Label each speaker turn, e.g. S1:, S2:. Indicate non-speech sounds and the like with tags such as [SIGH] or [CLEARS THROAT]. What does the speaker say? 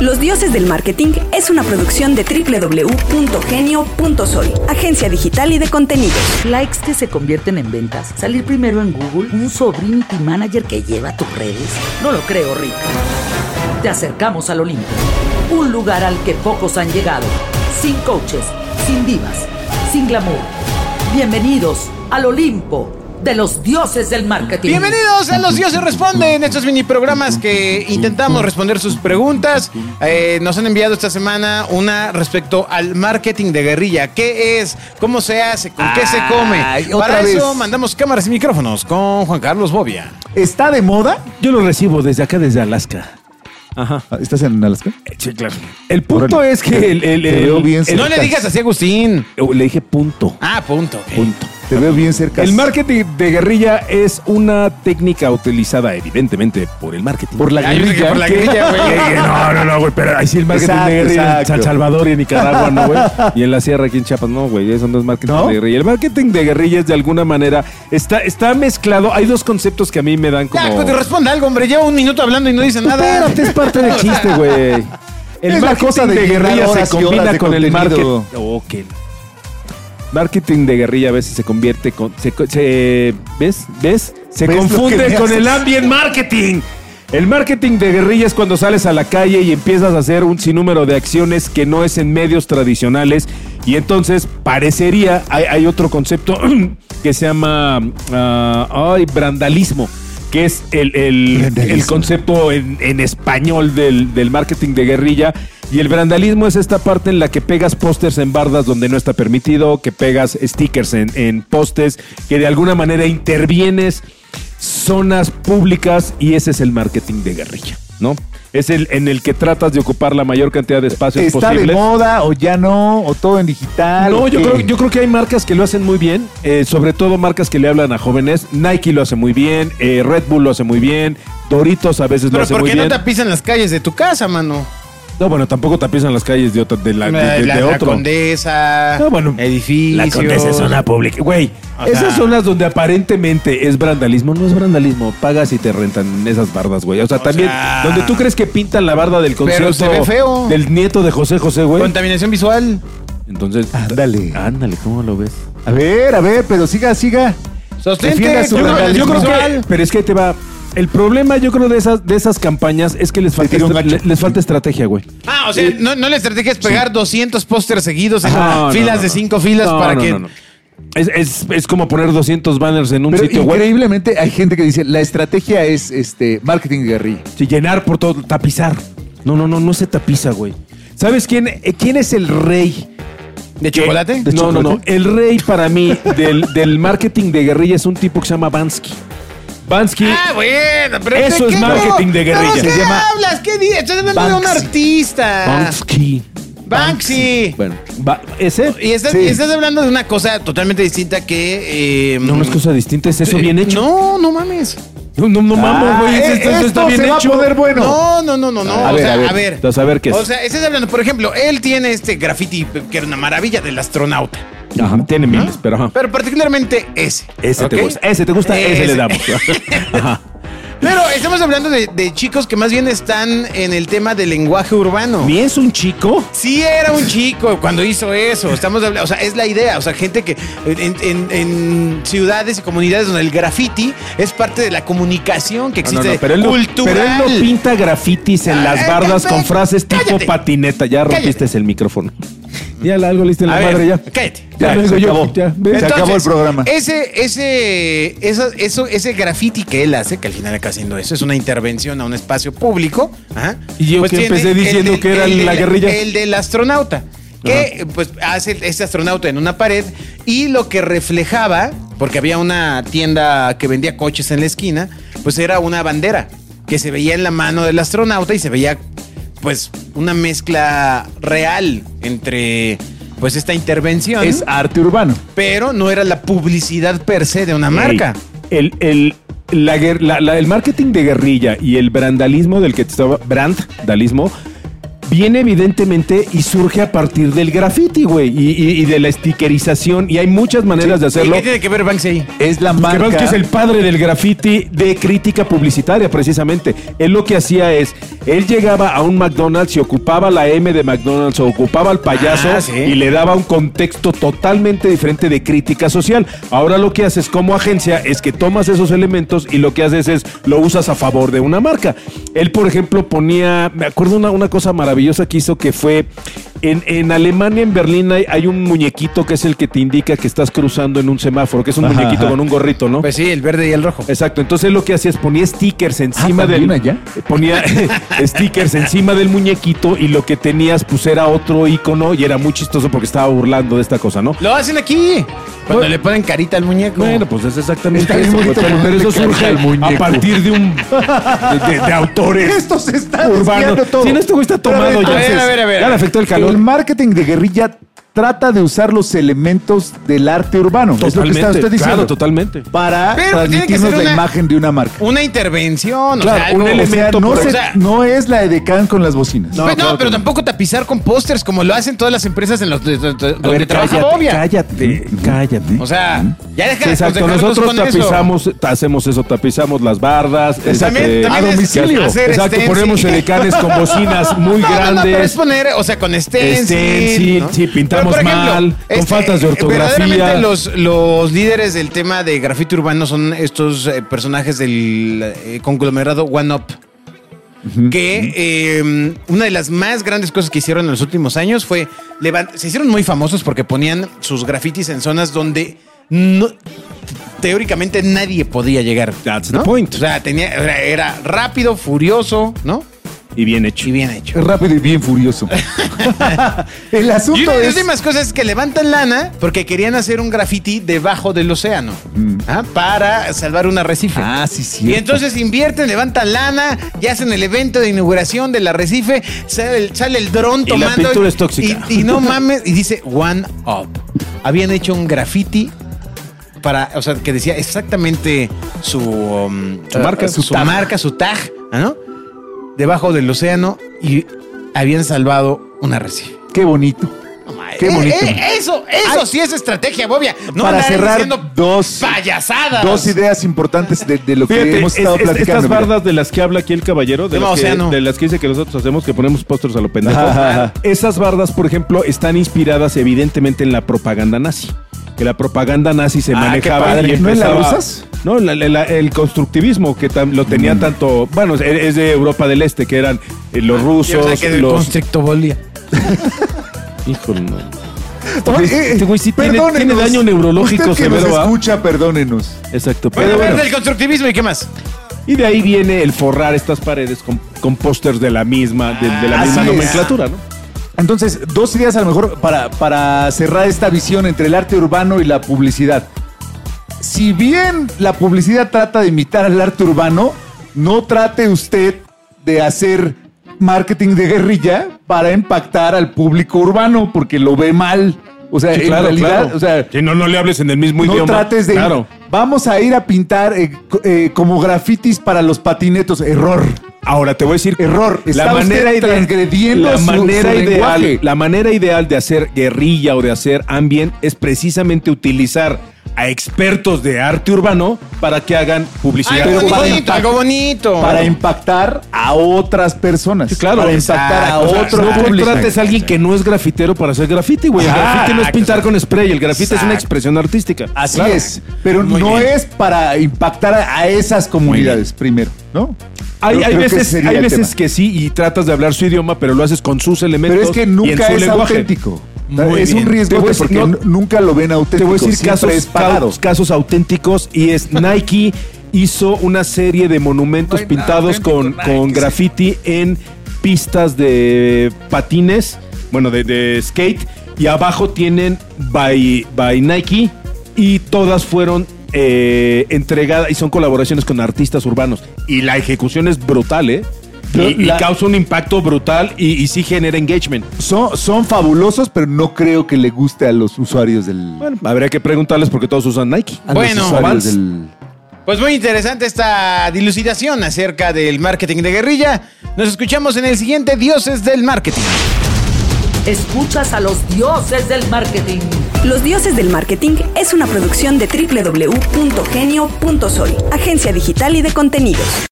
S1: Los Dioses del Marketing es una producción de www.genio.soy, agencia digital y de contenidos.
S2: Likes que se convierten en ventas. Salir primero en Google. Un sobrinity manager que lleva tus redes. No lo creo, Rick. Te acercamos al Olimpo. Un lugar al que pocos han llegado. Sin coaches, sin divas, sin glamour. Bienvenidos al Olimpo de los dioses del marketing.
S3: Bienvenidos a Los Dioses Responden, estos mini programas que intentamos responder sus preguntas. Eh, nos han enviado esta semana una respecto al marketing de guerrilla. ¿Qué es? ¿Cómo se hace? ¿Con qué se come?
S4: Ay, otra
S3: Para eso
S4: vez.
S3: mandamos cámaras y micrófonos con Juan Carlos Bobia.
S4: ¿Está de moda?
S5: Yo lo recibo desde acá, desde Alaska. Ajá.
S4: ¿Estás en Alaska?
S5: Sí, claro. El punto
S4: Órale.
S5: es que el. el-
S4: Te
S5: el-
S4: veo bien
S5: el- Eh,
S3: No le digas así a Agustín.
S5: Le dije punto.
S3: Ah, punto.
S5: Punto.
S4: Te veo bien cerca.
S5: El marketing de guerrilla es una técnica utilizada, evidentemente, por el marketing. Por
S3: Ah, yo pensé que por la guerrilla,
S5: [LAUGHS]
S3: güey.
S5: No, no, no, güey, pero ahí sí el marketing
S4: Exacto,
S5: de guerrilla en
S4: exacto.
S5: San Salvador y en Nicaragua, ¿no,
S4: [LAUGHS]
S5: güey? Y en la sierra aquí en Chiapas, no, güey, eso no es marketing
S4: ¿No?
S5: de guerrilla. El marketing de guerrilla es de alguna manera, está, está mezclado, hay dos conceptos que a mí me dan como...
S3: Ya, pues, que te responda algo, hombre. Lleva un minuto hablando y no dice nada.
S5: Espérate, es parte del chiste, güey. El
S4: [LAUGHS] Es la
S5: marketing
S4: cosa de
S5: de
S4: llenar
S5: guerrilla se
S4: horas y horas
S5: combina
S4: de
S5: con el marketing.
S4: contenido.
S5: Ok. Marketing de guerrilla a veces se convierte con. Se, co- se- ¿Ves? ¿Ves? Se
S4: ¿Ves lo que
S5: confunde
S4: me
S5: con
S4: haces?
S5: el ambient marketing. El marketing de guerrilla es cuando sales a la calle y empiezas a hacer un sinnúmero de acciones que no es en medios tradicionales. Y entonces parecería, hay, hay otro concepto [CLEARS THROAT] que se llama ah, ay, brandalismo, que es el, el,
S4: Brandalismo.
S5: el concepto en, en español del, del marketing de guerrilla. Y el brandalismo es esta parte en la que pegas pósters en bardas donde no está permitido, que pegas stickers en, en postes, que de alguna manera intervienes zonas públicas y ese es el marketing de guerrilla, ¿no? Es el en el que tratas de ocupar la mayor cantidad de espacios
S4: ¿Está de
S5: posibles.
S4: moda o ya no? ¿O todo en digital?
S5: No,
S4: ¿O
S5: yo
S4: qué?
S5: creo, yo creo que hay marcas que lo hacen muy bien, eh, sobre todo marcas que le hablan a jóvenes. Nike lo hace muy bien, eh, Red Bull lo hace muy bien, Doritos a veces lo
S3: Pero
S5: hace
S3: ¿por
S5: muy
S3: qué no
S5: bien.
S3: tapizan las calles de tu casa, mano?
S5: No, bueno, tampoco tapizan las calles de, otra- de la, de- de-
S3: Eh, la,
S5: de
S3: la
S5: otro.
S3: condesa,
S5: No, bueno,
S3: edificios.
S5: La Condesa es zona pública. Güey,
S3: O
S5: esas
S3: sea-
S5: zonas donde aparentemente es brandalismo, no es brandalismo. Pagas y te rentan esas bardas, güey. O sea,
S3: O
S5: también
S3: sea-
S5: donde tú crees que pintan la barda del
S3: Pero
S5: concierto
S3: se ve feo.
S5: del nieto de José José, güey.
S3: Contaminación visual.
S5: Entonces,
S4: Ándale.
S5: ándale, ¿cómo lo ves?
S4: A ver, a ver, pero siga, siga.
S3: Sostente.
S4: Defienda su
S3: yo creo-
S5: Yo
S4: brandalismo.
S5: creo que, pero es que ahí te va. El problema, yo creo, de esas, de esas campañas es que les falta,
S4: tira un
S5: estra-
S4: gancho.
S5: le- les falta estrategia, güey.
S3: Ah, o sea, no, no la estrategia es pegar 200 pósters seguidos en
S5: Ah, No, no,
S3: filas
S5: no,
S3: de
S5: no.
S3: cinco filas
S5: No,
S3: para
S5: no,
S3: que.
S5: no, no. Es, es- es como poner 200 banners en un
S4: Pero
S5: sitio web.
S4: increíblemente hay gente que dice, la estrategia es este marketing de guerrilla.
S5: Sí, llenar por todo, tapizar. No, no, no, no se tapiza, güey. ¿Sabes quién, eh, quién es el rey?
S3: ¿De chocolate?
S5: no, no, no. El rey para mí del, del marketing de guerrilla es un tipo que se llama Bansky. Bansky.
S3: Ah, bueno, pero
S5: Eso
S3: ¿qué-
S5: es
S3: qué-
S5: marketing de
S3: no,
S5: guerrilla.
S3: ¿Qué
S5: Se llama
S3: hablas? ¿Qué dices? Estás hablando de un
S5: Banksy.
S3: artista.
S5: Bansky.
S3: Banksy.
S5: Bueno, ba- ese.
S3: Y estás,
S4: Sí.
S3: y estás hablando de una cosa totalmente distinta que. eh,
S5: No, no es cosa distinta, es eso
S3: eh,
S5: bien hecho.
S3: No, no mames.
S5: No, no, no mames,
S4: Ah,
S5: güey.
S4: eh,
S5: Esto, esto
S4: esto
S5: está bien
S4: se va
S5: hecho.
S4: a poner bueno.
S3: No, no, no, no, no.
S5: A
S3: o
S5: ver,
S3: sea,
S5: a ver.
S3: a ver.
S5: Entonces, a ver, ¿qué es?
S3: O sea, estás hablando, por ejemplo, él tiene este graffiti que era una maravilla del astronauta.
S5: Ajá, tiene miles, pero ajá.
S3: Pero particularmente ese.
S5: Ese
S3: ¿ok?
S5: te gusta, ese te gusta, ese,
S3: Ese.
S5: le damos. Ajá.
S3: Pero estamos hablando de, de chicos que más bien están en el tema del lenguaje urbano.
S5: Ni es un chico.
S3: Sí era un chico cuando hizo eso. Estamos hablando, o sea, es la idea. O sea, gente que en, en- en ciudades y comunidades donde el graffiti es parte de la comunicación que
S5: Ah, No, no,
S3: existe
S5: no, pero, él no,
S3: cultural.
S5: pero él no pinta grafitis en
S3: Ah,
S5: las
S3: eh,
S5: bardas
S3: cállate,
S5: con frases tipo
S3: cállate.
S5: patineta. Ya
S3: Cállate.
S5: rompiste el micrófono. Ya la- algo le diste en
S3: A
S5: la
S3: ver,
S5: madre, ya.
S3: cállate.
S5: Ya,
S4: Ya,
S5: vengo
S4: se
S5: yo,
S4: acabó.
S5: ya, ve.
S4: Se acabó el programa.
S3: Ese, ese, esa- eso, ese graffiti que él hace, que al final acá haciendo eso, es una intervención a un espacio público. ajá, pues
S5: Y yo que
S3: tiene
S5: empecé
S3: el
S5: diciendo
S3: del-
S5: que era
S3: el
S5: la
S3: del-
S5: guerrilla.
S3: El del astronauta. Que pues hace este astronauta en una pared y lo que reflejaba, porque había una tienda que vendía coches en la esquina, pues era una bandera que se veía en la mano del astronauta y se veía pues una mezcla real entre pues esta intervención
S4: Es arte urbano.
S3: pero no era la publicidad per se de una marca.
S5: Ey, el, el, la guer- la- la- el marketing de guerrilla y el brandalismo del que te estaba. Brandalismo. viene evidentemente y surge a partir del graffiti, güey, y, y- y de la stickerización, y hay muchas maneras de hacerlo.
S3: ¿Qué tiene que ver Banksy ahí?
S4: Es la
S5: Que
S4: marca.
S5: Banksy
S4: [LAUGHS]
S5: es el padre del graffiti de crítica publicitaria, precisamente. Él lo que hacía es, él llegaba a un McDonald's y ocupaba la M de McDonald's o ocupaba al payaso
S3: Ah, sí.
S5: y le daba un contexto totalmente diferente de crítica social. Ahora lo que haces como agencia es que tomas esos elementos y lo que haces es lo usas a favor de una marca. Él, por ejemplo, ponía, me acuerdo una, una cosa maravillosa que hizo que fue... En, en Alemania, en Berlín, hay, hay un muñequito que es el que te indica que estás cruzando en un semáforo, que es un
S4: Ajá,
S5: muñequito
S4: ajá.
S5: con un gorrito, ¿no?
S3: Pues Ah, sí, el verde y el rojo.
S5: Exacto, entonces lo que hacía es ponía stickers encima del
S4: ¿también allá?
S3: [LAUGHS]
S5: ponía [LAUGHS] stickers encima del muñequito y lo que tenías pues era otro icono y era muy chistoso porque estaba burlando de esta cosa, ¿no?
S3: Lo hacen aquí. Pues- Cuando le ponen carita al muñeco.
S5: Bueno, pues es exactamente
S4: Está bien
S5: eso,
S4: bonito
S5: pero, pero
S4: ponerle
S5: eso surge
S4: carita al
S5: a
S4: muñeco.
S5: partir de un de, de- de autores
S4: Esto se está desviando
S5: urbanos.
S4: todo.
S5: Si no este güey está
S4: Pero a ver,
S5: tomado ya.
S3: a ver, a ver, a ver.
S5: Ya le afectó el calor.
S4: El marketing de guerrilla trata de usar los elementos del arte urbano. es lo que está usted diciendo.
S5: claro, totalmente.
S4: Para
S3: Pero tiene que
S4: transmitirnos
S3: ser
S4: la
S3: una-
S4: imagen de una marca.
S3: Una intervención. o sea,
S4: Claro,
S3: algo-
S4: o sea,
S5: elemento
S4: no,
S5: por-
S4: se-
S3: o sea-
S4: no es la Edecán con las bocinas.
S3: Pues No,
S5: claro
S3: pero
S5: que no.
S3: tampoco tapizar con pósters como lo hacen todas las empresas en los de- de- de- donde trabaja
S5: cállate,
S3: Bobia.
S5: cállate, cállate.
S3: O sea, ya deja
S5: Sí,
S3: de
S5: Exacto,
S3: dejarnos
S5: nosotros
S3: Pues con eso. Pues
S5: tapizamos, hacemos eso, tapizamos las bardas,
S3: También-
S5: este,
S3: también
S5: a
S3: es
S5: domicilio.
S3: hacer
S5: Exacto,
S3: stencil.
S5: ponemos edecanes con
S3: [LAUGHS]
S5: bocinas [LAUGHS] muy
S3: No, no, no, pero es
S5: grandes.
S3: poner, o sea, con stencil.
S5: Stencil,
S3: ¿no?
S5: sí,
S3: Pero,
S5: pintamos
S3: por
S5: mal, con faltas de ortografía.
S3: Verdaderamente los, los líderes del tema de grafiti urbano son estos eh, personajes del eh, conglomerado One Up. Que eh, una de las más grandes cosas que hicieron en los últimos años fue levant- se hicieron muy famosos porque ponían sus grafitis en zonas donde no- teóricamente nadie podía llegar.
S5: That's the
S3: ¿no?
S5: point.
S3: O sea, tenía, era- era rápido, furioso, ¿no?
S5: Y bien hecho.
S3: Y bien hecho.
S4: Rápido y bien furioso. [LAUGHS] El
S3: Y
S4: asunto
S3: una de las
S4: es.
S3: últimas cosas es que levantan lana porque querían hacer un graffiti debajo del océano
S5: Mm.
S3: ¿ah? para salvar un arrecife.
S4: Ah, sí, sí.
S3: Y entonces invierten, levantan lana, y hacen el evento de inauguración del arrecife, sale el, sale el dron
S5: Y
S3: tomando.
S5: la pintura es tóxica.
S3: Y, y no mames, y dice One Up. Habían hecho un graffiti para, o sea, que decía exactamente su, um,
S5: Su marca,
S3: eh, su,
S5: su tag.
S3: marca, su tag, ¿no? Debajo del océano y habían salvado un arrecife.
S4: Qué bonito. Qué
S3: Eh,
S4: bonito.
S3: eh, eso, eso
S4: Ay.
S3: sí es estrategia, Bobia. No
S4: Para
S3: andar
S4: cerrar
S3: diciendo
S4: dos,
S3: payasadas.
S4: dos ideas importantes de, de lo que
S5: Fíjate,
S4: hemos
S5: es-
S4: estado
S5: es-
S4: platicando.
S5: estas
S4: mira.
S5: bardas de las que habla aquí el caballero, de,
S3: Tema
S5: las que,
S3: océano.
S5: de las que dice que nosotros hacemos, que ponemos pósters a lo pendejo.
S4: Ajá.
S5: Esas bardas, por ejemplo, están inspiradas evidentemente en la propaganda nazi. Que la propaganda nazi se
S4: Ah,
S5: manejaba.
S4: qué padre.
S5: y
S4: ¿No en la
S5: empezaba-
S4: usas?
S5: No, la- la- la- el constructivismo que tam- lo
S4: Mm.
S5: tenía tanto. Bueno, es- es de Europa del Este, que eran eh, los
S3: Ah, Yo
S5: rusos,
S3: pensé que de
S5: los.
S3: constrictobolia.
S5: Híjole, no.
S4: Oye,
S5: Este- este güey sí tiene-
S4: perdónenos.
S5: tiene daño neurológico
S4: Usted que
S5: severo,
S4: nos
S5: ¿ah?
S4: escucha, perdónenos.
S5: Exacto.
S3: Bueno,
S5: Pero bueno.
S3: del constructivismo y qué más.
S5: Y de ahí viene el forrar estas paredes con, con pósters de la misma, de, de la
S4: Ah,
S5: misma
S4: así es.
S5: nomenclatura, ¿no?
S4: Entonces, dos ideas a lo mejor para, para cerrar esta visión entre el arte urbano y la publicidad. Si bien la publicidad trata de imitar al arte urbano, no trate usted de hacer marketing de guerrilla para impactar al público urbano porque lo ve mal. O sea, en realidad, Eh, o sea,
S5: si no, no le hables en el mismo
S4: no
S5: idioma.
S4: trates de.
S5: Claro.
S4: Vamos a ir a pintar eh, co- eh, como grafitis para los patinetos. Error.
S5: Ahora te voy a decir
S4: Error.
S5: La
S4: Está
S5: manera,
S4: usted
S5: ide-
S4: transgrediendo
S5: la
S4: su-
S5: manera
S4: su
S5: ideal,
S4: lenguaje.
S5: la manera ideal de hacer guerrilla o de hacer ambient es precisamente utilizar a expertos de arte urbano para que hagan publicidad.
S3: Algo
S4: pero para
S3: bonito,
S4: impactar.
S3: algo bonito.
S4: Para impactar a otras personas.
S5: Sí, claro.
S4: Para impactar a
S5: O sea,
S4: otro
S5: no
S4: público.
S5: contrates a alguien que no es grafitero para hacer grafiti, güey. El
S4: Exacto.
S5: grafiti no es pintar con spray, el grafiti es una expresión artística.
S4: Así
S5: Claro.
S4: es. Pero
S3: Muy
S4: no
S3: bien.
S4: es para impactar a, a esas comunidades primero, ¿no?
S5: Hay,
S4: Creo-
S5: hay
S4: creo que ese
S5: veces,
S4: sería
S5: hay
S4: el
S5: veces
S4: tema.
S5: que sí y tratas de hablar su idioma, pero lo haces con sus elementos.
S4: Pero es que
S5: y en
S4: nunca
S5: su
S4: es
S5: lenguaje.
S4: auténtico.
S5: Muy
S4: es
S5: bien.
S4: un
S5: Te
S4: riesgo
S5: voy a
S4: que
S5: decir-
S4: porque
S5: no-
S4: n- nunca lo ven auténtico.
S5: Te voy a decir
S4: siempre
S5: casos,
S4: es pagado.
S5: casos, casos auténticos y es Nike hizo una serie de monumentos
S4: No hay nada
S5: pintados
S4: auténtico,
S5: con,
S4: Nike,
S5: con
S4: sí.
S5: graffiti en pistas de patines, bueno, de, de skate, y abajo tienen by, by Nike y todas fueron eh, entregadas y son colaboraciones con artistas urbanos. Y la ejecución es brutal, ¿eh? Y, y
S4: La-
S5: causa un impacto brutal y, y sí genera engagement.
S4: Son, son fabulosos, pero no creo que le guste a los usuarios del.
S5: Bueno, habría que preguntarles porque todos usan Nike.
S4: a los
S3: bueno,
S4: usuarios
S5: Vans.
S4: del-
S3: Pues muy interesante esta dilucidación acerca del marketing de guerrilla. Nos escuchamos en el siguiente Dioses del Marketing.
S2: Escuchas a los dioses del marketing.
S1: Los Dioses del Marketing es una producción de www.genio.soy, agencia digital y de contenidos.